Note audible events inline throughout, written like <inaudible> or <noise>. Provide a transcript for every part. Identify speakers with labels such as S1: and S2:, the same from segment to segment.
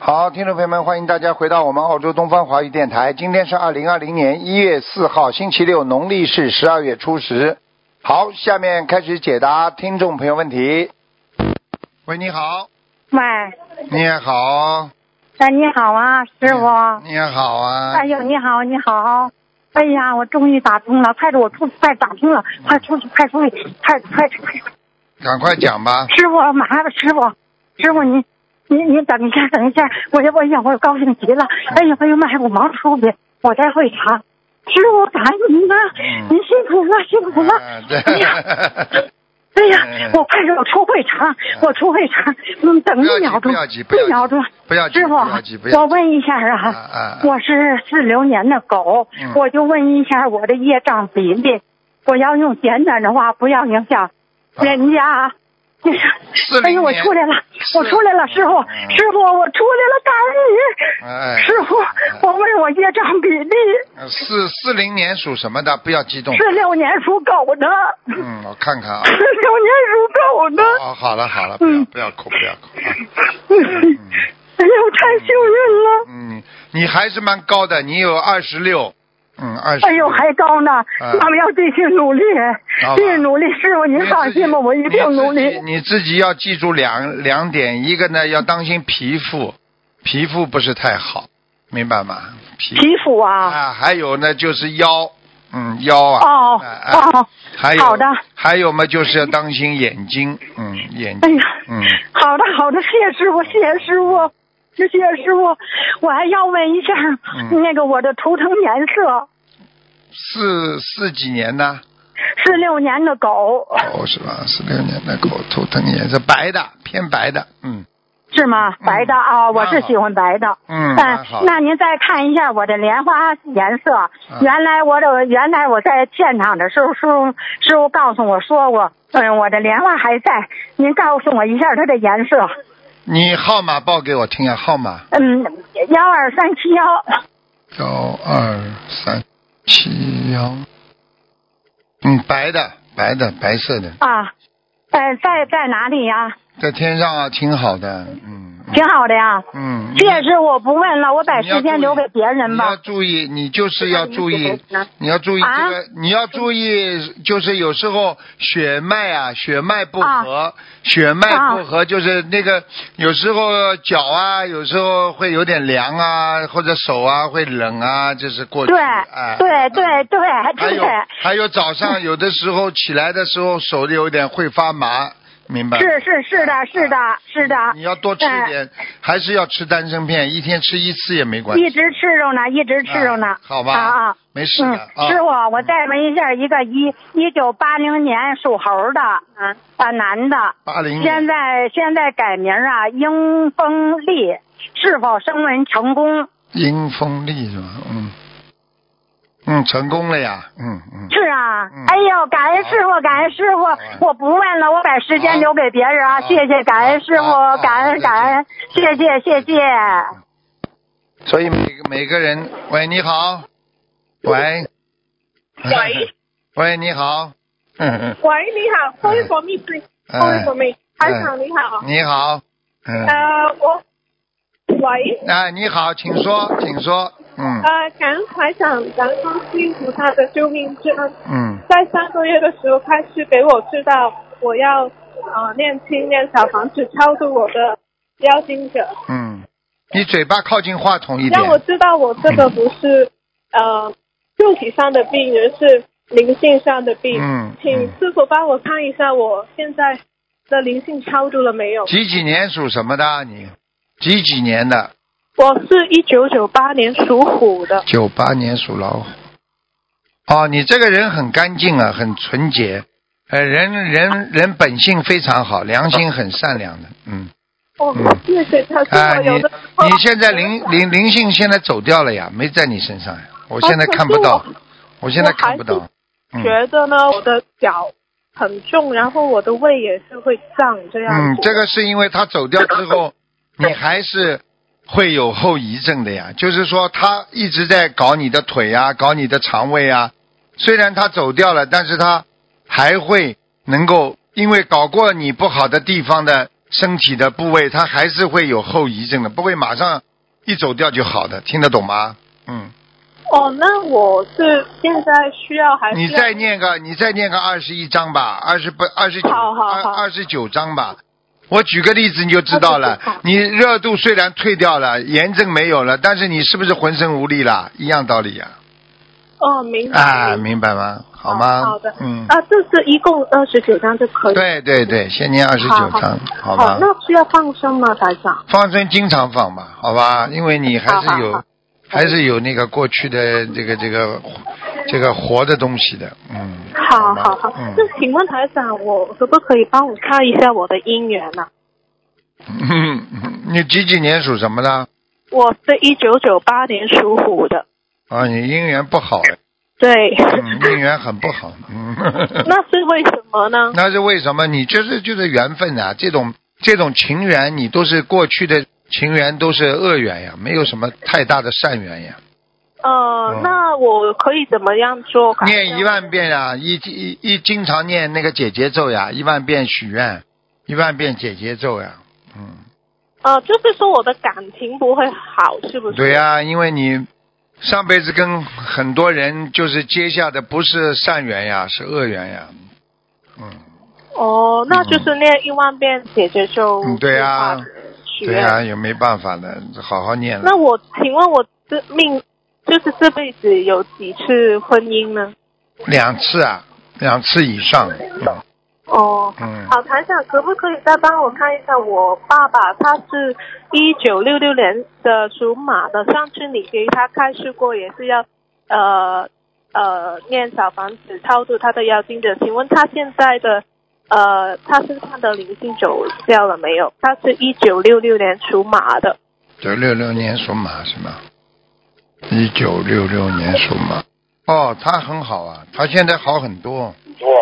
S1: 好，听众朋友们，欢迎大家回到我们澳洲东方华语电台。今天是二零二零年一月四号，星期六，农历是十二月初十。好，下面开始解答听众朋友问题。喂，你好，
S2: 喂，
S1: 你也好，
S2: 哎，你好啊，师傅。
S1: 你也好啊
S2: 哎，呦，你好，你好。哎呀，我终于打通了，快点，我出去，快打通了，快出去，快出去，快快！快
S1: 赶快讲吧。
S2: 师傅，麻烦师傅，师傅您，您您等一下，等一下，我我哎呀，我高兴极了。哎呀，哎呦妈呀，我忙出去，我在会场。师傅，感恩您呐
S1: 嗯，
S2: 您辛苦了，辛苦了。
S1: 啊对嗯
S2: 哎呀，哎呀，我快点，我出会场，我出会场，嗯，等一秒钟，
S1: 不要急不要急
S2: 一秒钟。
S1: 不要急，
S2: 师
S1: 不
S2: 傅，
S1: 要急，不要
S2: 我
S1: 急。
S2: 问一下
S1: 啊
S2: 啊，
S1: 啊啊！
S2: 我是四六年的狗，
S1: 嗯
S2: 我就问一下我的业障比例。我要用简短的话，不要影响人家啊。
S1: 40
S2: 哎呦，我
S1: 哦年
S2: 出来了，我
S1: 40
S2: 出来了，师傅，
S1: 嗯
S2: 师傅，我出来了，感恩
S1: 哎，
S2: 您。师傅，我问我业障比例，
S1: 四四零年属什么的？不要激动。
S2: 四六年属狗的，
S1: 嗯，我看看啊
S2: <laughs> 四。六年属狗的。
S1: 哦，好了好了，不要
S2: 嗯
S1: 不要哭不要哭啊。
S2: 嗯 <laughs> 哎呦，太幸运了。 <laughs>
S1: 嗯，你还是蛮高的，你有二十六，嗯，
S2: <laughs>
S1: 二十。
S2: 哎呦，还高呢！
S1: 嗯
S2: 那我要继续努力
S1: 好吧，
S2: 继续努力。师傅，
S1: 你
S2: 您
S1: 自己
S2: 放心吧，我一定努力。
S1: 你自己你自己要记住两两点，一个呢要当心皮肤，皮肤不是太好，明白吗？皮
S2: 皮肤啊，
S1: 啊，还有呢就是腰，嗯，腰啊，
S2: 哦
S1: 哎哎
S2: 哦，
S1: 还有
S2: 好的
S1: 还有嘛就是要当心眼睛，嗯，眼
S2: 哎
S1: 睛，
S2: 呀，
S1: 嗯，
S2: 好的好的，谢谢师傅，谢谢师傅，谢谢师傅。我还要问一下，
S1: 嗯
S2: 那个我的图腾颜色
S1: 四四几年呢？
S2: 是六年的狗
S1: 哦，是吧？四六年的狗头疼颜色白的，偏白的，嗯
S2: 是吗？
S1: 嗯
S2: 白的啊，我是喜欢白的。
S1: 嗯，蛮
S2: 哎
S1: 好，的。
S2: 那您再看一下我的莲花颜色
S1: 嗯。
S2: 原来我的原来我在现场的时候，师傅师傅告诉我说过，嗯，我的莲花还在。您告诉我一下它的颜色。
S1: 你号码报给我听啊，号码
S2: 嗯，幺二三七幺。
S1: 幺二三七幺，嗯，白的，白的，白色的，
S2: 啊，在在在哪里呀？
S1: 在天上啊，挺好的，嗯
S2: 挺好的呀。
S1: 嗯。
S2: 这也是我不问了，我把
S1: 你要
S2: 时间留
S1: 注意
S2: 给别人
S1: 你要
S2: 吧。
S1: 注意，你就是要注意
S2: 嗯，
S1: 你要注意
S2: 啊
S1: 这个，你要注意，就是有时候血脉啊，血脉不
S2: 啊
S1: 和，血脉不和就是那个有时候脚啊，有时候会有点凉啊，或者手啊会冷啊，就是过去，
S2: 对
S1: 哎，
S2: 对对对
S1: 还有嗯
S2: 对，
S1: 还有早上有的时候起来的时候手里有点会发麻，明白吗？
S2: 是是是的，是的，是的。
S1: 嗯
S2: 嗯
S1: 你要多吃一点，还是要吃丹参片，一天吃一次也没关系。
S2: 一直吃着呢，一直吃着呢。
S1: 啊好吧
S2: 啊啊，
S1: 没事的啊
S2: 嗯，师傅，我再问一下，一个一一九八零年属猴的，啊啊男的，
S1: 八零
S2: 现
S1: 年，
S2: 在现在改名啊，英风利，是否升温成
S1: 嗯
S2: 功？
S1: 英风力是吧？嗯，嗯，成功了呀，嗯嗯。
S2: 是啊
S1: 嗯，
S2: 哎呦，感恩师傅，感恩师
S1: 好啊
S2: 傅，我不问了，我把时间留给别人啊，
S1: 好
S2: 谢谢，感恩师
S1: 好好
S2: 傅，感
S1: 啊再
S2: 恩
S1: 见嗯
S2: 感恩，谢谢谢谢。
S1: 所以每个每个人，喂，你好，喂，
S3: 喂，
S1: <laughs> 喂，你好， <laughs> 嗯
S3: 喂，你好，Sorry
S1: 哎
S3: for me, please. Sorry for me. 台长你好，
S1: 你好，嗯，
S3: 呃，我，喂，
S1: 哎，你好，请说，请说，嗯
S3: 呃，感恩台长，感恩观世音菩萨的救命之恩，
S1: 嗯
S3: 在三个月的时候开始给我知道我要呃念经念小房子超度我的妖精者，
S1: 嗯，你嘴巴靠近话筒一点
S3: 让，我知道我这个不是
S1: 嗯
S3: 呃肉体上的病，而是灵性上的病。
S1: 嗯
S3: 请
S1: 嗯
S3: 师傅帮我看一下我现在的灵性超度了没有？
S1: 几几年属什么的啊你？几几年的？
S3: 我是一九九八年属虎的。
S1: 九八年属老虎。哦，你这个人很干净啊，很纯洁，呃，人人人本性非常好，良心很善良的，嗯，
S3: 哦
S1: 嗯，
S3: 谢谢他说
S1: 啊，
S3: 我
S1: 你
S3: 有的时候
S1: 你现在灵灵灵性现在走掉了呀，没在你身上呀，我现在看不到
S3: 啊可是，
S1: 我现在看不
S3: 我
S1: 到
S3: 还，
S1: 嗯
S3: 觉得呢，我的脚很重，然后我的胃也是会胀这样
S1: 嗯
S3: 子。，
S1: 这个是因为他走掉之
S3: <laughs>
S1: 后，你还是会有后遗症的呀。就是说，他一直在搞你的腿啊，搞你的肠胃啊。虽然他走掉了，但是他还会能够因为搞过你不好的地方的身体的部位，它还是会有后遗症的，不会马上一走掉就好的，听得懂吗？嗯。
S4: 哦，那我是现在需要
S3: 啊
S4: 还是
S1: 你再念个，你再念个二十一章吧，二十不二十九，
S4: 好好
S1: 二
S4: 好
S1: 二十九章吧。我举个例子你就知道了
S4: 29章，
S1: 你热度虽然退掉了，炎症没有了，但是你是不是浑身无力了？一样道理呀、
S4: 哦，明白明白
S1: 啊，明白吗？好吗？
S4: 好的，
S1: 嗯，
S3: 啊，这是一共二十九张就可以。
S1: 对对对，先念二十
S3: 嗯好
S1: 九
S3: 好
S1: 章，好
S3: 好，
S1: 吧？
S3: 那需要放生吗，台长？
S1: 放生经常放吧，好吧？因为你还
S3: 好好
S1: 是有
S3: 好
S1: 还是有那个过去的这个这个这个活的东西的，嗯。
S3: 好
S1: 吗
S3: 好好，
S1: 嗯
S3: 那请问台长，我可不可以帮我看一下我的姻缘呢、
S1: 嗯， <laughs> 你几几年属什么的？
S3: 我是一九九八年属虎的，
S1: 啊，你姻缘不好，
S3: 对，
S1: 嗯，姻缘很不好。 <laughs> 嗯，
S3: <laughs> 那是为什么呢？
S1: 那是为什么？你就是就是缘分呐、这种这种情缘，你都是过去的情缘都是恶缘呀，没有什么太大的善缘呀。
S3: 呃，那我可以怎么样做？
S1: 哦念一万遍呀、一一一经常念那个解结咒呀，一万遍许愿，一万遍解结咒呀。嗯，
S3: 呃，就是说我的感情不会好，是不是？
S1: 对、呀、因为你上辈子跟很多人就是接下的不是善缘呀，是恶缘呀。嗯。
S3: 哦，那就是念一万遍姐姐就
S1: 嗯对呀
S3: 许
S1: 对
S3: 愿。
S1: 呀、也没办法的，好好念了
S3: 那。我请问我这命就是这辈子有几次婚姻呢？
S1: 两次啊，两次以上。嗯
S3: 哦，
S1: 嗯，
S3: 好，台长，可不可以再帮我看一下我爸爸？他是一九六六年的属马的，上次你给他开示过，也是要呃呃念小房子超度他的妖精者。请问他现在的呃他身上的灵性走掉了没有？他是一九六六年属马的，
S1: 九六六年属马是吗？一九六六年属马。哦，他很好啊，他现在好很多，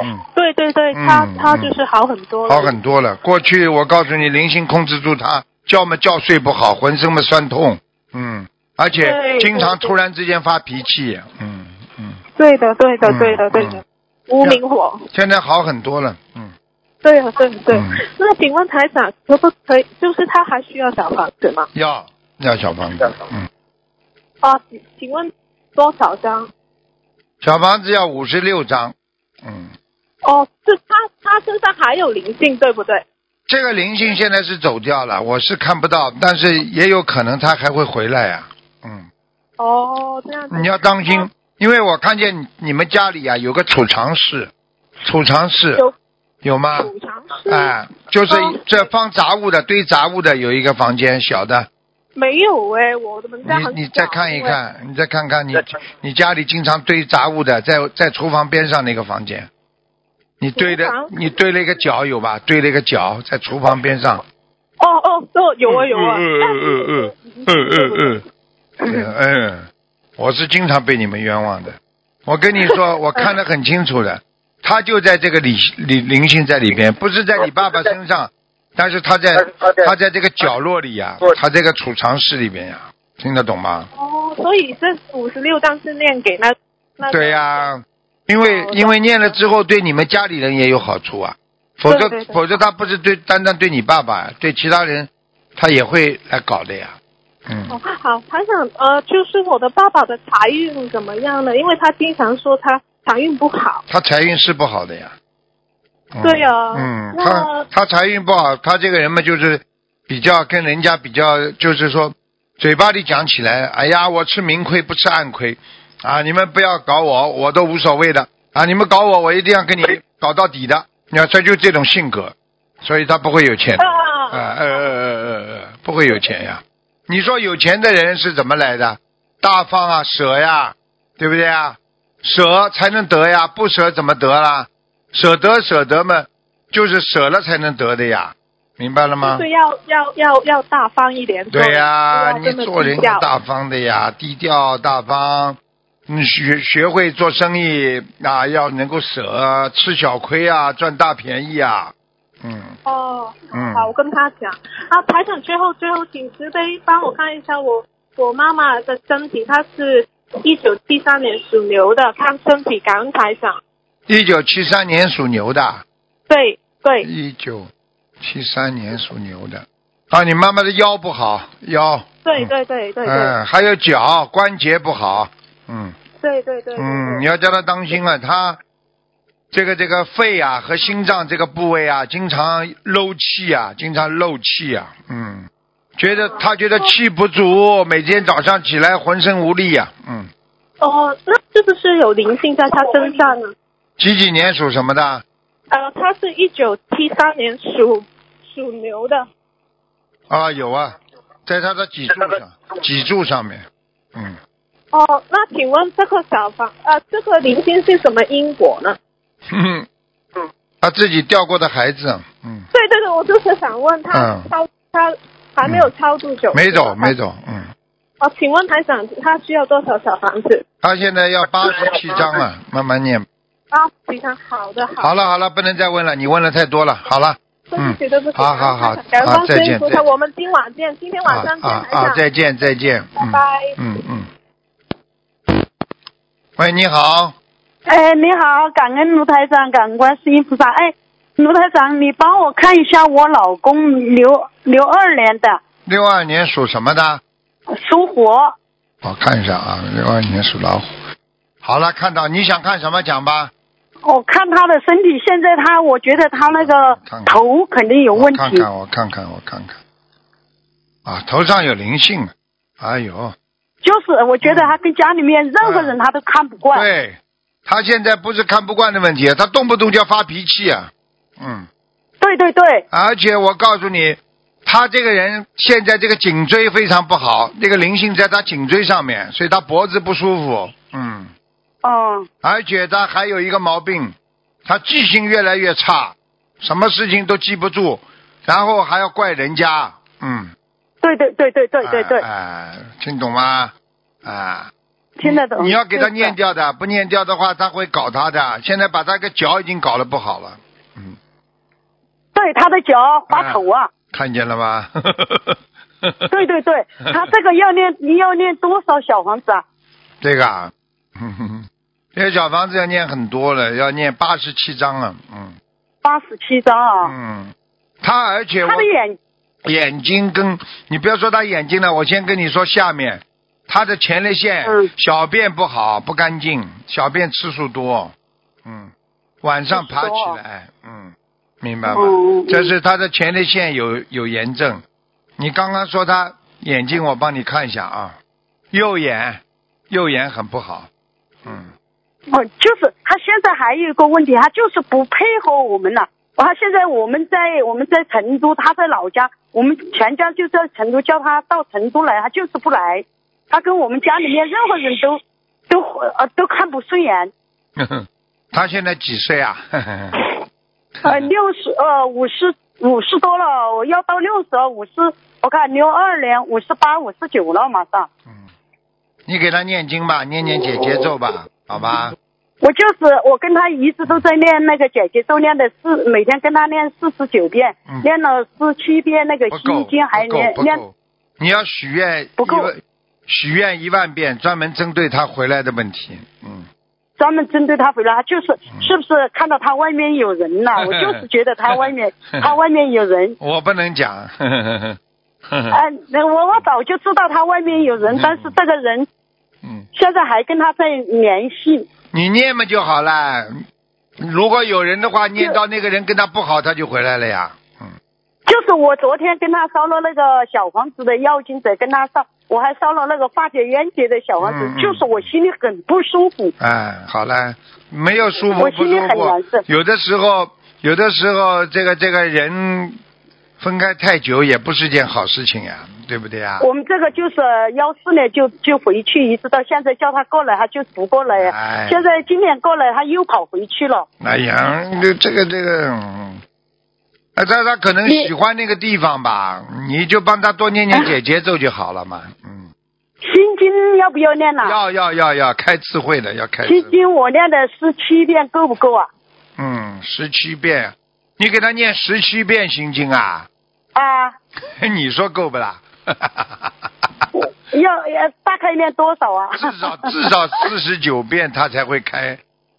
S1: 嗯，
S3: 对对对，他、
S1: 嗯
S3: 他就是好很多了，
S1: 好很多了。过去我告诉你，灵性控制住他，觉么觉睡不好，浑身么酸痛，嗯，而且
S3: 对
S1: 经常
S3: 对对
S1: 突然之间发脾气，嗯嗯，
S3: 对的对的
S1: 嗯
S3: 对的对的
S1: 嗯，
S3: 无名火。
S1: 现在好很多了，嗯。
S3: 对的对的对的
S1: 嗯，
S3: 那请问台长可不可以？就是他还需要小房子吗？
S1: 要要小房子，嗯，
S3: 哦，请请问多少张？
S1: 小房子要五十六张，嗯。
S3: 哦，是他他身上还有灵性，对不对？
S1: 这个灵性现在是走掉了，我是看不到，但是也有可能他还会回来呀、嗯，
S3: 哦，这样子。
S1: 你要当心，因为我看见你你们家里啊有个储藏室，储藏室
S3: 有
S1: 有吗？
S3: 储藏室、
S1: 哎，就是
S3: 哦
S1: 这放杂物的、堆杂物的有一个房间小的，
S3: 没有哎、我的门家很欸
S1: 你你再
S3: 小哎
S1: 看一
S3: 因为
S1: 看，你再看看你你家里经常堆杂物的，在在厨房边上那个房间，你堆的
S3: 厨房
S1: 你堆了一个脚有吧？堆了一个脚在厨房边上。
S3: 哦哦，哦，有啊有啊，
S1: 嗯嗯嗯嗯嗯嗯嗯嗯，我是经常被你们冤枉的。我跟你说，
S3: <laughs>
S1: 我看得很清楚的，他就在这个里里灵性在里边，不是在你爸爸身上，但是他在他在这个角落里呀、他这个储藏室里边呀、听得懂吗？
S3: 哦，所以这五十六张是念给那那个
S1: 对呀、因为因为念了之后对你们家里人也有好处啊，否则否则他不是对单单对你爸爸，对其他人他也会来搞的呀。嗯，
S3: 哦，好，还想呃，就是我的爸爸的财运怎么样呢？因为他经常说他财运不好。
S1: 他财运是不好的呀。嗯
S3: 对呀
S1: 嗯，
S3: 那
S1: 他他财运不好，他这个人嘛就是比较跟人家比较，就是说嘴巴里讲起来，哎呀，我吃明亏不吃暗亏，啊，你们不要搞我，我都无所谓的，啊，你们搞我，我一定要跟你搞到底的。你看，这就这种性格，所以他不会有钱的，啊，
S3: 啊，
S1: 呃呃呃呃呃，不会有钱呀。你说有钱的人是怎么来的？大方啊，舍呀，对不对啊？舍才能得呀，不舍怎么得啦？舍得舍得嘛，就是舍了才能得的呀，明白了吗
S3: 就？是要要要要大方一点。
S1: 对呀、
S3: 不要
S1: 你
S3: 这么
S1: 做人
S3: 计
S1: 要
S3: 较
S1: 大方的呀，低调大方。你学学会做生意啊，要能够舍，吃小亏啊，赚大便宜啊。嗯
S3: 哦，
S1: 嗯，
S3: 好，我跟他讲啊，台长，最后最后，请慈悲帮我看一下我我妈妈的身体，她是一九七三年属牛的，看身体，感恩台长。
S1: 一九七三年属牛的，
S3: 对对，
S1: 一九七三年属牛的。啊，你妈妈的腰不好，腰。
S3: 对对对对对
S1: 嗯，还有脚关节不好，嗯
S3: 对对对，
S1: 嗯，你要叫她当心啊，她这个这个肺啊和心脏这个部位啊，经常漏气啊，经常漏气啊，嗯，觉得她觉得气不足，每天早上起来浑身无力啊，嗯，
S3: 哦，那是不是有灵性在他身上呢？
S1: 几几年属什么的？
S3: 呃，他是一九七三年属属牛的，
S1: 啊，有啊，在她的脊柱上，脊柱上面，嗯，
S3: 哦，那请问这个小房呃，这个灵性是什么因果呢？
S1: 哼哼， <laughs> 她自己掉过的孩子，嗯，
S3: <laughs> 对对对，我就是想问他
S1: 嗯
S3: 超、他还没有超度久，
S1: 没走
S3: 是吧
S1: 没。走，嗯。
S3: 哦，请问台长，他需要多少小房子？
S1: 他现在要八十七章了，慢慢念。
S3: 啊，非常好的，好，
S1: 好了好了，不能再问了，你问了太多了。好了，
S3: 对不
S1: 嗯
S3: 起，对不起，
S1: 好好好
S3: 台长感恩
S1: 好
S3: 观世
S1: 再见
S3: 音菩萨，
S1: 再见
S3: 我们今晚见，今天晚上见，
S1: 啊
S3: 台
S1: 啊啊！
S3: 长，
S1: 再见再见，
S3: 拜
S1: 嗯
S3: 拜。
S1: 嗯嗯。喂，你好，
S5: 哎，你好，感恩卢台长，感恩观世音菩萨。哎，卢台长，你帮我看一下我老公刘刘二年的
S1: 六二年属什么的？
S5: 属火，
S1: 我看一下啊，六二年属老虎。好了，看到你想看什么讲吧？
S5: 我看他的身体，现在他我觉得他那个
S1: 看看
S5: 头肯定有
S1: 我
S5: 问
S1: 看
S5: 题。
S1: 看，我看看，我看看。啊，头上有灵性，哎呦，
S5: 就是我觉得
S1: 嗯
S5: 他跟家里面任何人他都看不惯。
S1: 对，他现在不是看不惯的问题，啊他动不动就要发脾气啊，嗯。
S5: 对对对，
S1: 而且我告诉你，他这个人现在这个颈椎非常不好，那个灵性在他颈椎上面，所以他脖子不舒服。嗯，
S5: 嗯，
S1: 而且他还有一个毛病，他记性越来越差，什么事情都记不住，然后还要怪人家。嗯，
S5: 对对对对对对对，
S1: 哎、哎听懂吗？啊，
S5: 听得懂。
S1: 你要给他念
S5: 是的。
S1: 掉的，不念掉的话，他会搞他的。现在把他个脚已经搞得不好了，
S5: 对他的脚滑头啊，
S1: 看见了吗？
S5: <laughs>
S1: 嗯
S5: 对对对，
S1: <laughs>
S5: 他这个要念你要念多少小房子啊？
S1: 这个啊， <laughs> 哼哼哼这个小房子要念很多了，要念八十七章了，嗯
S5: 八十七张啊。
S1: 嗯，他而且我
S5: 他的眼
S1: 眼睛跟你不要说他眼睛了，我先跟你说下面，他的前列腺、
S5: 嗯
S1: 小便不好，不干净，小便次数多，嗯，晚上爬起来，嗯，明白吗？
S5: 嗯嗯嗯
S1: 这是他的前列腺有有炎症，你刚刚说他眼睛，我帮你看一下啊，右眼右眼很不好，嗯。
S5: 哦，就是他现在还有一个问题，他就是不配合我们了。他现在我们在我们在成都，他在老家，我们全家就在成都，叫他到成都来，他就是不来。他跟我们家里面任何人都都呃都看不顺眼。
S1: 嗯 <laughs> 他现在几岁啊？ <laughs>
S5: 呃，六十呃五十五十多了，我要到六十五十，我看六二年五十八五十九了，马上。
S1: 你给他念经吧，念念姐姐咒吧，好吧？
S5: 我就是我跟他一直都在练那个姐姐咒，练的四，每天跟他练四十九遍，
S1: 嗯
S5: 练了四七遍那个
S1: 不够，
S5: 心经，还
S1: 不够，
S5: 练
S1: 不
S5: 练
S1: 够。你要许愿
S5: 不够
S1: 一万，许愿一万遍，专门针对他回来的问题。嗯，
S5: 专门针对他回来，他就是是不是看到他外面有人了、我
S1: <laughs>
S5: 就是觉得他外面他外面有人。
S1: 我不能讲。
S5: <laughs> 哎、那我我早就知道他外面有人，
S1: 嗯
S5: 但是这个人
S1: 嗯，
S5: 现在还跟他在联系。
S1: 你念嘛就好了。如果有人的话，念到那个人跟他不好，他就回来了呀。嗯，
S5: 就是我昨天跟他烧了那个小房子的药精者，跟他烧，我还烧了那个化解冤结的小房子，
S1: 嗯嗯
S5: 就是我心里很不舒服。
S1: 哎，好了，没有舒服
S5: 我
S1: 不
S5: 心里
S1: 舒
S5: 很难
S1: 服
S5: 受，
S1: 有的时候，有的时候这个这个人分开太久也不是件好事情呀、对不对呀、
S5: 我们这个就是幺四年就就回去，一直到现在叫他过来，他就不过来。
S1: 哎
S5: 现在今年过来，他又跑回去了。
S1: 哎呀，这这个这个，嗯啊，他他可能
S5: 你
S1: 喜欢那个地方吧，你就帮他多念念姐姐咒就好了嘛。嗯，
S5: 心经要不要念呐、
S1: 要要要要开智慧的，要开智
S5: 心
S1: 慧。
S5: 经我念的十七遍够不够啊？
S1: 嗯，十七遍，你给他念十七遍心经啊？ <laughs>
S5: 啊，
S1: 你说够不啦？ <laughs>
S5: 要要大概念多少啊？
S1: 至少至少四十九遍，他才会开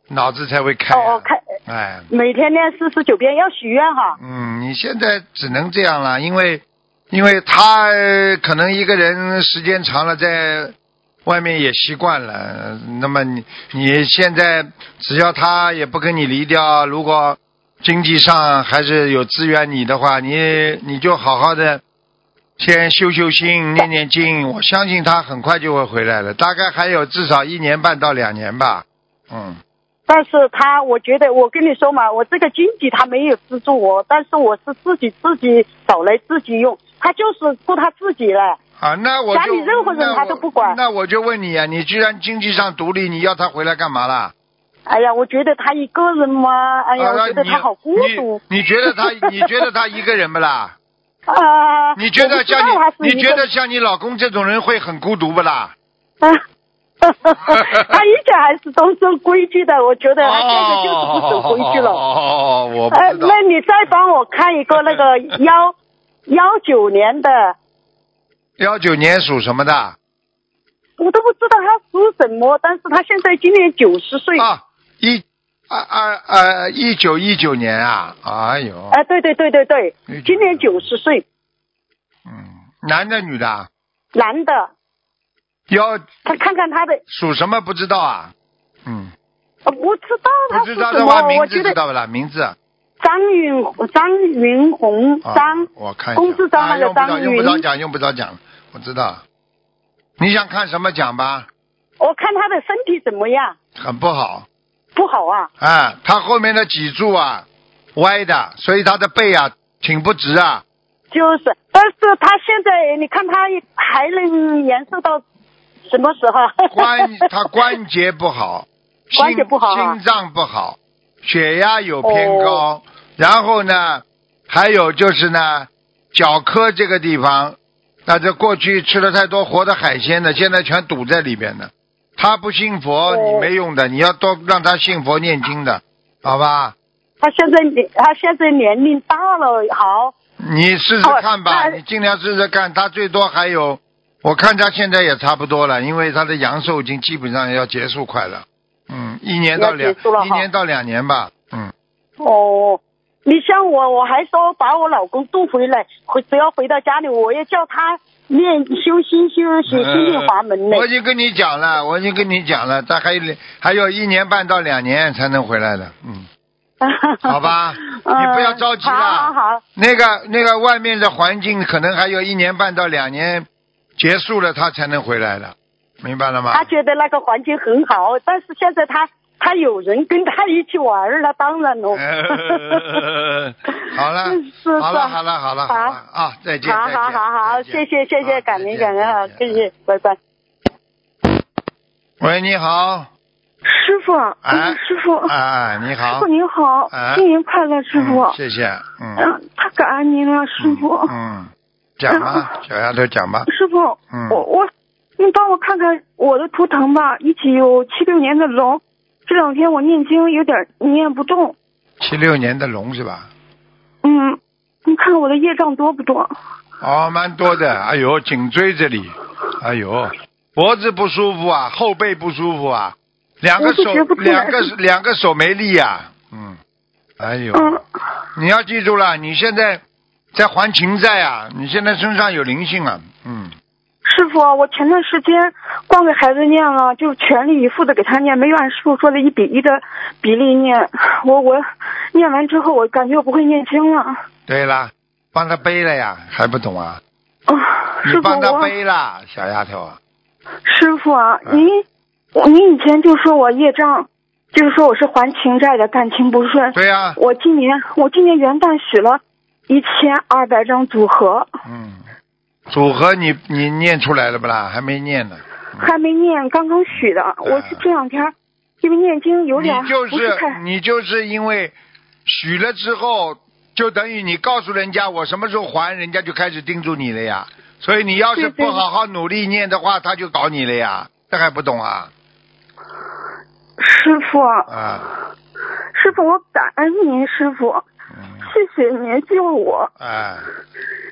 S1: 脑子才会开、啊。
S5: 哦哦开
S1: 哎，
S5: 每天念四十九遍，要许愿哈。
S1: 嗯，你现在只能这样了，因为因为他呃可能一个人时间长了，在外面也习惯了。那么你你现在只要他也不跟你离掉，如果经济上还是有支援你的话，你你就好好的先修修心，念念经。我相信他很快就会回来的，大概还有至少一年半到两年吧。嗯。
S5: 但是他，我觉得我跟你说嘛，我这个经济他没有资助我，但是我是自己自己找来自己用，他就是顾他自己了。
S1: 啊，那我就
S5: 家里任何人
S1: 那我
S5: 他都不管
S1: 那我就问你啊，你居然经济上独立，你要他回来干嘛啦？
S5: 哎呀，我觉得他一个人嘛，哎呀，
S1: 啊
S5: 我觉得
S1: 你
S5: 他好孤独
S1: 你你觉得他？你觉得他一个人不
S5: <laughs>
S1: 啦？
S5: 啊。
S1: 你觉
S5: 我
S1: 得
S5: 不知道
S1: 像
S5: 他是
S1: 你？
S5: 一
S1: 你
S5: 个
S1: 觉得像你老公这种人会很孤独不啦？
S5: 啊？ <laughs> 他一直还是都守规矩的，我觉得他现在就是不守规矩了。
S1: 哦哦哦，我不
S5: 呃，
S1: 知道。
S5: 那你再帮我看一个
S1: <laughs>
S5: 那个幺幺九年的，
S1: 幺九年属什么的？啊，
S5: 我都不知道他属什么，但是他现在今年九十岁。
S1: 啊一二二呃一九一九年啊，哎呦，
S5: 哎，对对对对对
S1: 嗯，
S5: 今年九十岁，
S1: 嗯，男的女的啊？
S5: 男的，
S1: 幺
S5: 他看看他的，
S1: 属什么不知道啊？嗯，
S5: 我不知道他
S1: 不
S5: 是
S1: 知
S5: 什
S1: 道的话，
S5: 么，我
S1: 名
S5: 觉
S1: 字知
S5: 得
S1: 道不啦？名字。
S5: 张云张云红
S1: 啊
S5: 张，
S1: 我看一下
S5: 公司张那个
S1: 啊
S5: 张
S1: 用不着，用不
S5: 云，
S1: 着讲，用不着讲，我知道。你想看什么讲吧？
S5: 我看他的身体怎么样，
S1: 很不好
S5: 不好啊，
S1: 啊，他后面的脊柱啊歪的，所以他的背啊挺不直啊。
S5: 就是，但是他现在你看他还能延寿到什么时候？
S1: 关他关节不好，心
S5: 关节不好啊哦
S1: 心脏不好，血压有偏高，然后呢，还有就是呢，脚科这个地方，那这过去吃了太多活的海鲜呢，现在全堵在里边呢。他不信佛，
S5: 哦
S1: 你没用的，你要多让他信佛念经的，好吧？
S5: <laughs> 他现在年他现在年龄大了，好，
S1: 你试试
S5: 哦
S1: 看吧，
S5: 那
S1: 你尽量试试看。他最多还有，我看他现在也差不多了，因为他的阳寿已经基本上要结束快了。嗯，一年到两
S5: 要结束了，哈
S1: 一年到两年吧。嗯，
S5: 哦，你像我，我还说把我老公渡回来，回只要回到家里，我也叫他念修心修行心灵法门呢
S1: 呃。我已经跟你讲了，我已经跟你讲了，他还有还有一年半到两年才能回来的。嗯，好
S5: <laughs>
S1: 吧你不要着急啦啊
S5: 嗯好好好，
S1: 那个那个外面的环境可能还有一年半到两年结束了，他才能回来的，明白了吗？
S5: 他觉得那个环境很好，但是现在他他有人跟他一起玩儿了，当然 <laughs> 喽。
S1: 哎好了，
S5: 是是
S1: 好了，好了，好了，好了啊！再见，
S5: <laughs> 好
S1: 再见
S5: 好好
S1: 再
S5: 好，
S1: 见
S5: 谢谢谢
S1: 啊
S5: 谢，感
S1: 再
S5: 恩
S1: 见
S5: 感恩啊，
S1: 再
S5: 谢
S1: 见
S5: 谢，拜拜。
S1: 喂，你好，
S6: 师傅，
S1: 哎
S6: 嗯，师傅，
S5: 哦
S1: 哎，你
S6: 师
S1: 好
S6: 傅，您好
S1: 哎，
S6: 新年快乐，师傅
S1: 嗯。谢谢，嗯，
S6: 嗯，太感恩您了，师傅。
S1: 嗯，讲
S5: <laughs>
S1: 吧，小丫头讲吧，
S6: 师傅，
S1: 嗯
S6: 我我，你帮我看看我的图腾吧，一起有七六年的龙。这两天我念经有点念不动，
S1: 七六年的龙是吧？
S6: 嗯，你看看我的业障多不多？
S1: 哦，蛮多的，哎呦，颈椎这里，哎呦，脖子不舒服啊，后背不舒服啊，两个
S6: 我都
S1: 手
S6: 觉不出来
S1: 两个两个手没力啊，嗯，哎呦，
S6: 嗯，
S1: 你要记住了，你现在在还情债啊，你现在身上有灵性啊，嗯，
S6: 师傅，我前段时间光给孩子念了，就全力以赴的给他念，没按师傅说的一比一的比例念。我我念完之后，我感觉我不会念经了。
S1: 对啦，帮他背了呀，还不懂啊？
S6: 啊，
S1: 你
S6: 师傅，
S1: 帮他
S6: 我
S1: 背啦，小丫头啊，
S6: 师傅啊，
S1: 嗯
S6: 您您以前就说我业障，就是说我是还情债的，感情不顺。
S1: 对啊呀、
S6: 我今年我今年元旦许了一千二百张组合，
S1: 嗯，组合你你念出来了不啦？还没念呢，
S6: 还没念，刚刚许的。我是这两天因为念经有点
S1: 嗯你就
S6: 不是
S1: 是嗯
S6: 太
S1: 你就是因为许了之后，就等于你告诉人家我什么时候还，人家就开始盯住你了呀。所以你要是
S6: 对对
S1: 不好好努力念的话，他就搞你了呀。这还不懂啊？
S6: 师傅，
S1: 啊，
S6: 师傅，我感恩您，师傅，
S1: 嗯。
S6: 谢谢您救我。
S1: 哎，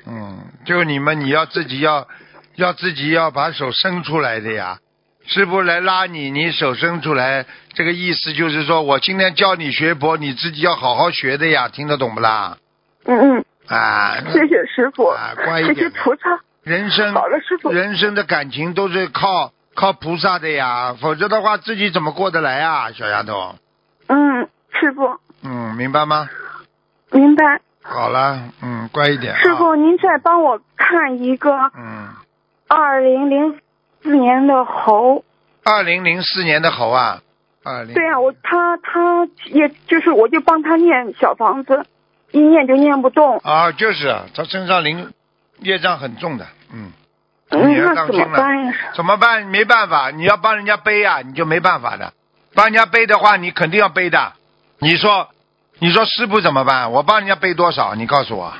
S1: 嗯，就你们你要自己要要自己要把手伸出来的呀，师傅来拉你，你手伸出来，这个意思就是说我今天教你学佛，你自己要好好学的呀，听得懂不啦？
S6: 嗯
S1: 啊，
S6: 嗯，谢谢师傅，
S1: 啊乖一
S6: 谢
S1: 点
S6: 谢菩萨，
S1: 人生
S6: 好了，师傅，
S1: 人生的感情都是靠靠菩萨的呀，否则的话自己怎么过得来啊，小丫头？
S6: 嗯，师傅
S1: 嗯，明白吗？
S6: 明白。
S1: 好了，嗯，乖一点、啊。
S6: 师傅，您再帮我看一个
S1: 嗯，
S6: 二零零四年的猴。
S1: 二零零四年的猴啊，二零
S6: 对呀、我他他也就是我就帮他念小房子，一念就念不动。
S1: 啊，就是啊他身上灵业障很重的，嗯，
S6: 嗯，
S1: 你要
S6: 那
S1: 当
S6: 怎
S1: 心
S6: 么
S1: 了
S6: 办呀？
S1: 怎么办？没办法，你要帮人家背啊，你就没办法的。帮人家背的话，你肯定要背的。你说，你说师傅怎么办？我帮人家背多少？你告诉我，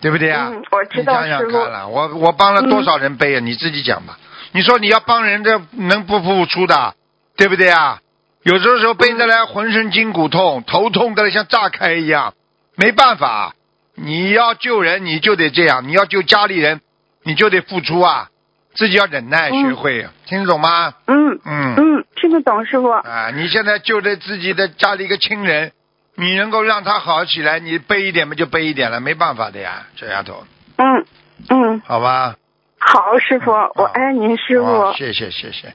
S1: 对不对啊？
S6: 嗯，我知
S1: 你
S6: 道
S1: 想想
S6: 师傅。嗯
S1: 看了，我我帮了多少人背啊？你自己讲吧。你说你要帮人家，能不付出的，对不对啊？有的时候背着来浑身筋骨痛，头痛的像炸开一样，没办法。你要救人，你就得这样；你要救家里人，你就得付出啊，自己要忍耐，
S6: 嗯
S1: 学会、听得懂吗？
S6: 嗯
S1: 嗯
S6: 嗯，听得懂师傅。
S1: 啊，你现在救了自己的家里一个亲人，你能够让他好起来，你背一点嘛就背一点了，没办法的呀，这丫头，
S6: 嗯嗯，
S1: 好吧？
S6: 好，师傅，
S1: 嗯
S6: 我爱您，师
S1: 哦
S6: 傅，
S1: 谢谢谢谢，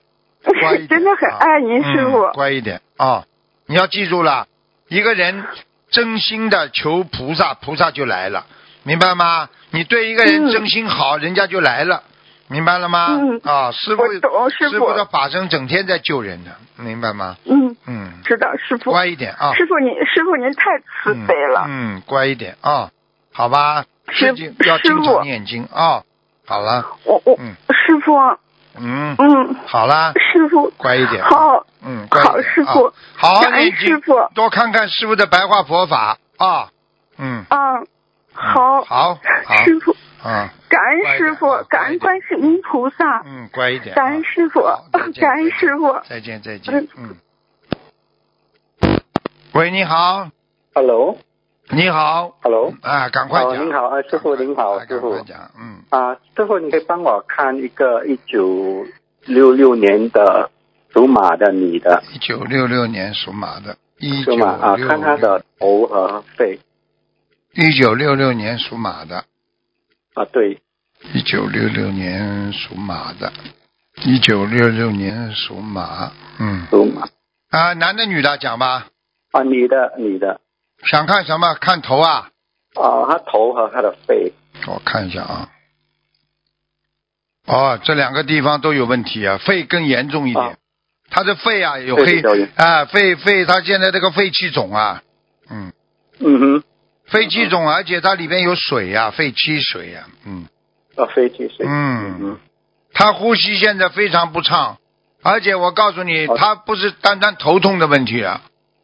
S1: 乖一点啊
S6: <laughs> 真的很爱您，师傅
S1: 嗯。乖一点啊、你要记住了，一个人真心的求菩萨，菩萨就来了，明白吗？你对一个人
S6: 嗯
S1: 真心好，人家就来了，明白了吗？
S6: 嗯
S1: 啊，师傅
S6: 我懂师傅
S1: 傅的法身整天在救人的，明白吗？
S6: 嗯，
S1: 嗯，
S6: 知道师傅。
S1: 乖一点啊，
S6: 师傅您，师傅您太慈悲了。
S1: 嗯，嗯乖一点啊，好吧，
S6: 师
S1: 自己要
S6: 师
S1: 经
S6: 傅
S1: 常念经啊。好了，
S6: 我我
S1: 嗯
S6: 师傅，
S1: 嗯，
S6: 嗯，
S1: 好啦，
S6: 师傅，
S1: 乖一点啊。
S6: 好，
S1: 嗯，乖一点
S6: 好师傅
S1: 啊，好好
S6: 感恩
S1: 念经
S6: 师傅
S1: 多看看师傅的白话佛法啊，嗯，
S6: 嗯，好，
S1: 好，好，
S6: 师傅，
S1: 啊，
S6: 感恩
S1: 乖
S6: 师
S1: 一
S6: 傅
S1: 点，
S6: 感恩观世音菩萨，
S1: 嗯，乖一点，
S6: 感恩师傅
S1: 好再见，
S6: <laughs> 感恩师傅。
S1: 再见，再见，嗯。喂，你好，
S7: Hello，Hello，
S1: 你好，啊，赶快
S7: 哦
S1: 讲，
S7: 您好啊师傅
S1: 赶快
S7: 您好
S1: 啊赶
S7: 师傅
S1: 快讲，嗯，
S7: 啊，师傅，你可以帮我看一个一九六六年的属马的女的，
S1: 一九六六年属马的，一九
S7: 属马啊，
S1: 六
S7: 看她的头和肺
S1: 一九六六年属马的，
S7: 啊，对，
S1: 一九六六年属马的，一九六六年属马，嗯。
S7: 属马
S1: 啊，男的女的讲吧，
S7: 啊，女的女的
S1: 想看什么？看头啊，
S7: 啊，她头和她的肺
S1: 我看一下啊。哦，这两个地方都有问题啊，肺更严重一点
S7: 啊。
S1: 他的肺啊有
S7: 肺
S1: 黑
S7: 比较严
S1: 啊，肺肺他现在这个肺气肿啊，嗯，
S7: 嗯
S1: 肺气肿，而且它里面有水啊，肺气水啊，嗯
S7: 哼，啊，肺气水，
S1: 嗯
S7: 嗯，
S1: 他呼吸现在非常不畅，而且我告诉你，
S7: 哦
S1: 他不是单单头痛的问题了，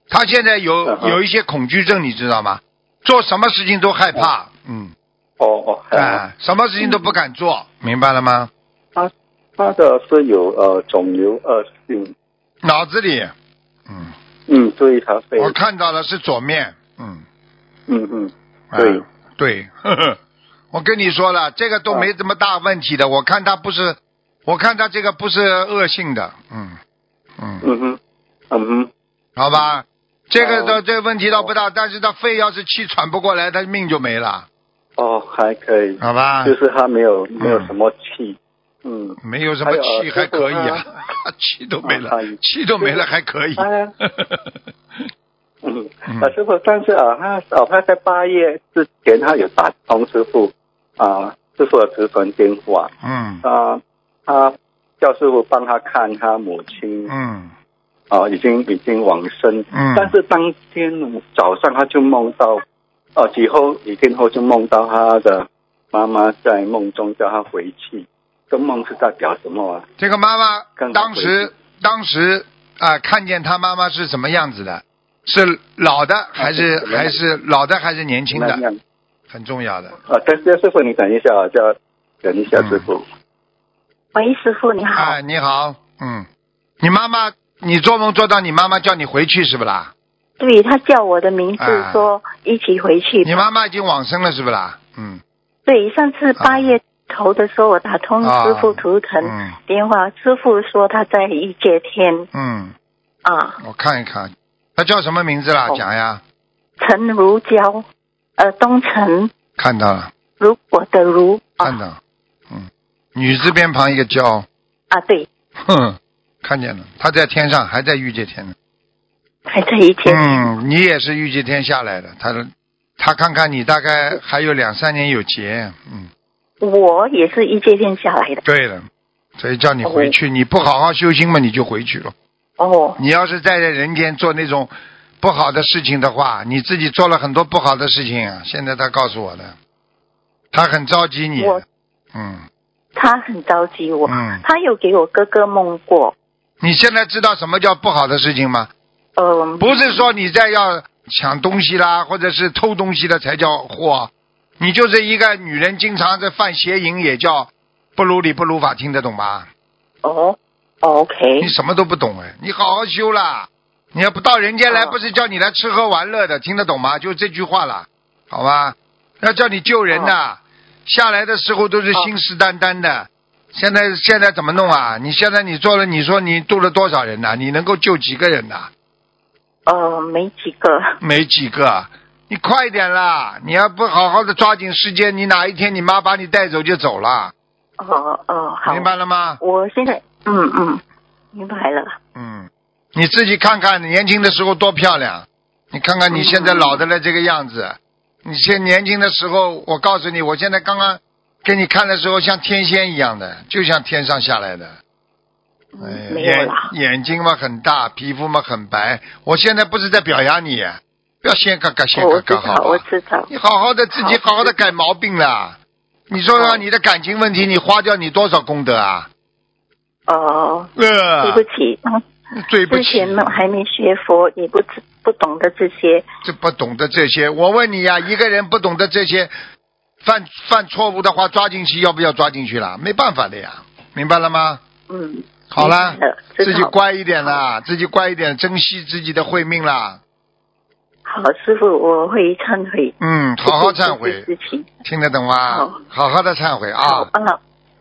S1: 他现在有
S7: 嗯哼
S1: 有一些恐惧症，你知道吗？做什么事情都害怕，嗯，
S7: 哦哦，啊，
S1: 啊，什么事情都不敢做，
S7: 嗯
S1: 明白了吗？
S7: 她的是有呃肿瘤恶性，
S1: 脑子里，嗯，
S7: 嗯，对，她肺，
S1: 我看到了是左面，嗯，
S7: 嗯嗯，
S1: 啊
S7: 对
S1: 对， <laughs> 呵呵，我跟你说了，这个都没什么大问题的，我看他不是，我看他这个不是恶性的，嗯嗯。
S7: 嗯哼，嗯哼，
S1: 好吧，这个
S7: 哦
S1: 倒这个问题倒不大，但是他肺要是气喘不过来，他命就没了，
S7: 哦，还可以，
S1: 好吧？
S7: 就是她没
S1: 嗯
S7: 有没有什么气，嗯。
S1: 没有什么气还
S7: 还有呃
S1: 可以啊 <laughs>
S7: 师，
S1: 气都没了
S7: 啊可以，
S1: 气都没了还可以。
S7: 哎嗯
S1: 嗯，
S7: 啊，师傅，但是啊，他啊，他在八月之前，他有打通师傅啊，师傅的咨询电话
S1: <laughs> 嗯
S7: 啊，他叫师傅帮他看他母亲
S1: 嗯
S7: 啊，已经已经往生，
S1: 嗯
S7: 但是当天早上他就梦到，啊，几后几天后就梦到他的妈妈在梦中叫他回去，这梦是代表什么啊？
S1: 这个妈妈
S7: 刚才
S1: 当时当时啊、看见她妈妈是什么样子的，是老的还是
S7: 啊是
S1: 还是老的还是年轻
S7: 那
S1: 的，
S7: 样
S1: 很重要的。
S7: 啊，但是师傅你等一下啊，叫等一
S1: 嗯
S7: 下师傅。
S8: 喂，师傅你好。
S1: 哎，你好，嗯，你妈妈，你做梦做到你妈妈叫你回去是不啦？
S8: 对他叫我的名字
S1: 啊
S8: 说一起回去吧。
S1: 你妈妈已经往生了是不啦？嗯，
S8: 对，上次
S1: 啊
S8: 八月头的时候，我打通师傅图腾
S1: 嗯
S8: 电话，师傅说他在一界天
S1: 嗯，
S8: 啊，
S1: 我看一看，他叫什么名字啦？
S8: 哦
S1: 讲呀，
S8: 陈如娇，呃，东城
S1: 看到了，
S8: 如果的如
S1: 看
S8: 啊
S1: 到了，嗯，女字边旁一个娇，
S8: 啊，对，
S1: 哼，看见了，他在天上，还在御界天呢。
S8: 还在一界，
S1: 嗯，你也是御界天下来的，他的他看看你大概还有两三年有劫，嗯，
S8: 我也是一界天下来的
S1: 对了，所以叫你回去，你不好好修心嘛，你就回去了。
S8: 哦，
S1: 你要是在人间做那种不好的事情的话，你自己做了很多不好的事情啊。现在他告诉我的，他很着急你
S8: 我，
S1: 嗯
S8: 他很着急我，
S1: 嗯，
S8: 他有给我哥哥梦过，
S1: 你现在知道什么叫不好的事情吗？
S8: 嗯、
S1: 不是说你在要抢东西啦，或者是偷东西的才叫祸，你就是一个女人经常在犯邪淫，也叫不如理不如法，听得懂吗？
S8: 哦，OK，
S1: 你什么都不懂哎，你好好修啦！你要不到人间来，
S8: 哦
S1: 不是叫你来吃喝玩乐的，听得懂吗？就这句话啦，好吧？要叫你救人的，下来的时候都是信誓旦旦的。现在现在怎么弄啊？你现在你做了，你说你度了多少人呐、你能够救几个人呐、
S8: 呃，没几个，
S1: 没几个，啊你快点啦！你要不好好的抓紧时间，你哪一天你妈把你带走就走了，
S8: 哦哦，好，
S1: 明白了吗？
S8: 我现在，嗯嗯，明白了，
S1: 嗯，你自己看看，你年轻的时候多漂亮，你看看你现在老的了这个样子，你现年轻的时候，我告诉你，我现在刚刚给你看的时候像天仙一样的，就像天上下来的。哎呀
S8: 嗯，没有
S1: 眼
S8: 啦，
S1: 眼睛嘛很大，皮肤嘛很白。我现在不是在表扬你，不要先嘎嘎先
S8: 哦我
S1: 嘎
S8: 知
S1: 嘎好啊
S8: 道，
S1: 吧
S8: 我知道，
S1: 你好好的自己
S8: 好
S1: 好好的改毛病啦。你说说
S8: 好
S1: 你的感情问题，你花掉你多少功德啊？
S8: 哦，对
S1: 呃
S8: 不，起，嗯
S1: 对不
S8: 之
S1: 起
S8: 前，呢还没学佛，也不知不懂得这些，
S1: 这不懂得这些。我问你呀、一个人不懂得这些，犯犯错误的话，抓进去要不要抓进去啦？没办法的呀，明白了吗？
S8: 嗯，
S1: 好啦
S8: 明白了，
S1: 自己
S8: 知道
S1: 乖一点啦，自己乖一点，珍惜自己的慧命啦。
S8: 好，师傅，我会忏悔，
S1: 嗯，好好忏
S8: 这
S1: 悔，
S8: 件事情，
S1: 听得懂吗
S8: 好？
S1: 好好的忏悔
S8: 好
S1: 啊，，
S8: 嗯，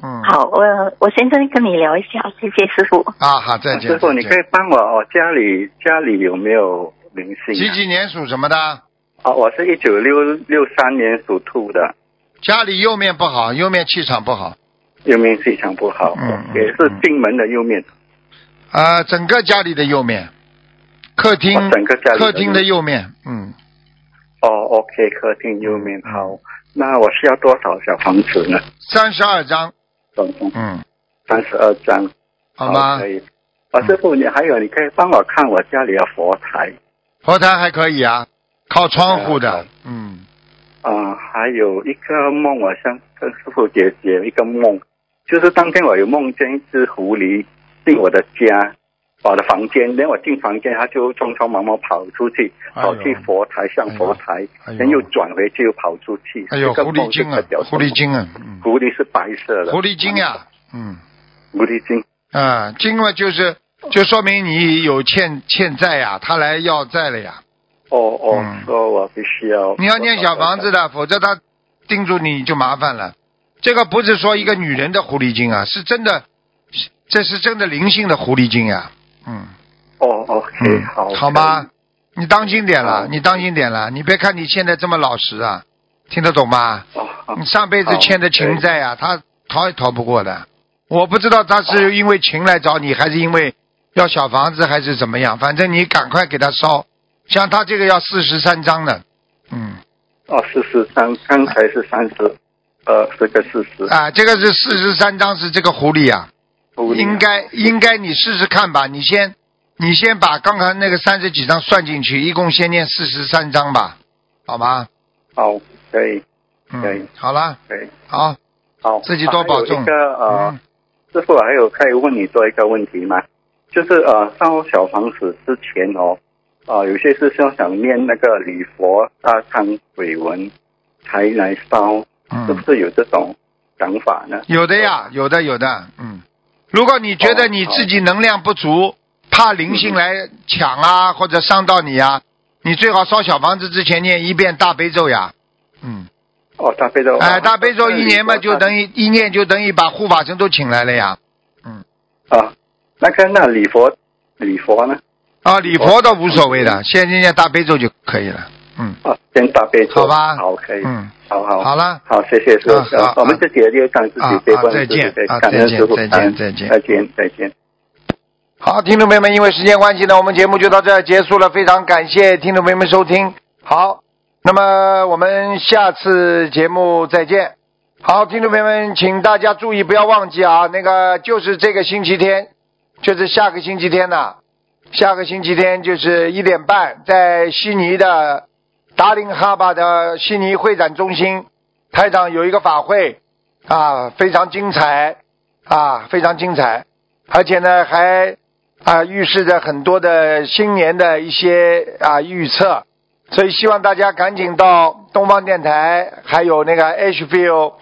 S1: 嗯，
S8: 好，我我先生跟你聊一下，谢谢师傅，
S1: 啊，好，再见。
S7: 师傅，
S1: 再
S7: 你
S1: 见
S7: 可以帮我，我家里家里有没有灵性
S1: 几
S7: 啊、
S1: 几年属什么的？
S7: 哦，我是一九六六三年属兔的，
S1: 家里右面不好，右面气场不好，
S7: 右面非常不好，
S1: 嗯
S7: 也是进门的右面，
S1: 啊、整个家里的右面，客厅
S7: 哦整个家里的右面
S1: 客厅的右面，嗯，
S7: 哦，OK，客厅右面好。那我需要多少小房子呢？
S1: 三十二张，
S7: 总共
S1: 嗯，
S7: 三十二张，
S1: 好吗
S7: 可？以。啊，师傅，你还有，你可以帮我看我家里的佛台
S1: 佛台还可以啊，靠窗户的，嗯，
S7: 啊、还有一个梦，我想跟师傅解解一个梦，就是当天我有梦见一只狐狸进我的家，我的房间，然后我进房间，它就匆匆忙忙跑出去，
S1: 哎呦
S7: 跑去佛台向佛台，
S1: 哎呦
S7: 然后又转回去又跑出去。
S1: 哎呦，
S7: 这
S1: 狐
S7: 个
S1: 狸
S7: 梦是
S1: 精啊
S7: 代表，什
S1: 狐
S7: 么
S1: 狸，精啊，嗯，
S7: 狐狸是白色的，
S1: 狐狸精呀、，嗯，
S7: 狐狸精，
S1: 啊，精嘛就是就说明你有欠欠债呀、他来要债了呀，
S7: 哦哦
S1: 嗯，
S7: 说我必须要，
S1: 你要念小房子的，否则他盯住你就麻烦了。这个不是说一个女人的狐狸精啊，是真的，是这是真的灵性的狐狸精呀、嗯，
S7: 哦，OK，
S1: 嗯
S7: 好，
S1: 好吗？？你当心点
S7: 好
S1: 了，你当心点了，你别看你现在这么老实啊，听得懂吗？
S7: 哦，好
S1: 你上辈子
S7: 好
S1: 欠的情债啊，他逃也逃不过的。我不知道他是因为情来找你，还是因为要小房子，还是怎么样。反正你赶快给他烧，像他这个要四十三张的，嗯。
S7: 哦，四十三，刚才是三十，呃，这个四十，
S1: 啊，这个是四十三张是这个狐狸啊，
S7: 狐狸啊
S1: 应该应该你试试看吧，你先你先把刚才那个三十几张算进去，一共先念四十三张吧，好吗？
S7: 好，可以，
S1: 嗯
S7: 对，
S1: 好了，
S7: 可以，
S1: 好，
S7: 好，
S1: 自己多保重
S7: 还有一个呃，
S1: 嗯，
S7: 师傅，还有可以问你多一个问题吗？就是呃，烧小房子之前哦，呃，有些师兄想念那个礼佛大忏悔文才来烧，
S1: 嗯
S7: 是不是有这种想法呢？
S1: 有的呀，有的有的，嗯，如果你觉得
S7: 哦
S1: 你
S7: 好
S1: 自己能量不足，怕灵性来抢啊或者伤到你啊，你最好烧小房子之前念一遍大悲咒呀，嗯，
S7: 哦，大悲咒。
S1: 哎，
S7: 哦
S1: 大悲咒一年嘛，就等
S7: 于
S1: 于一念就等于把护法神都请来了呀。嗯
S7: 啊。那个那礼佛，礼佛呢？
S1: 啊，礼佛倒无所谓的，先念念大悲咒就可以了。嗯，
S7: 啊，先大悲咒。
S1: 好吧
S7: 好，可以。
S1: 嗯，
S7: 好好
S1: 好了，
S7: 好，谢谢师傅
S1: 啊好啊。
S7: 我们自己的六障自己背
S1: 啊啊
S7: 观，
S1: 再见
S7: 自己背
S1: 啊
S7: 感恩
S1: 再见
S7: 师傅
S1: 再见
S7: 感恩
S1: 再见
S7: 再见，再见。
S1: 好，听众朋友们，因为时间关系呢，我们节目就到这儿结束了。非常感谢听众朋友们收听。好，那么我们下次节目再见。好，听众朋友们，请大家注意，不要忘记啊，那个就是这个星期天，就是下个星期天呐、下个星期天就是一点半，在悉尼的达令哈巴的悉尼会展中心，台长有一个法会啊，非常精彩啊，非常精彩，而且呢还啊预示着很多的新年的一些啊预测，所以希望大家赶紧到东方电台，还有那个 h b o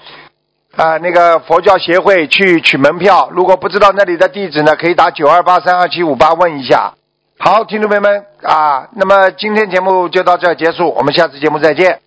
S1: 啊，那个佛教协会去取门票。如果不知道那里的地址呢，可以打九二八三二七五八问一下。好，听众朋友们啊，那么今天节目就到这儿结束，我们下次节目再见。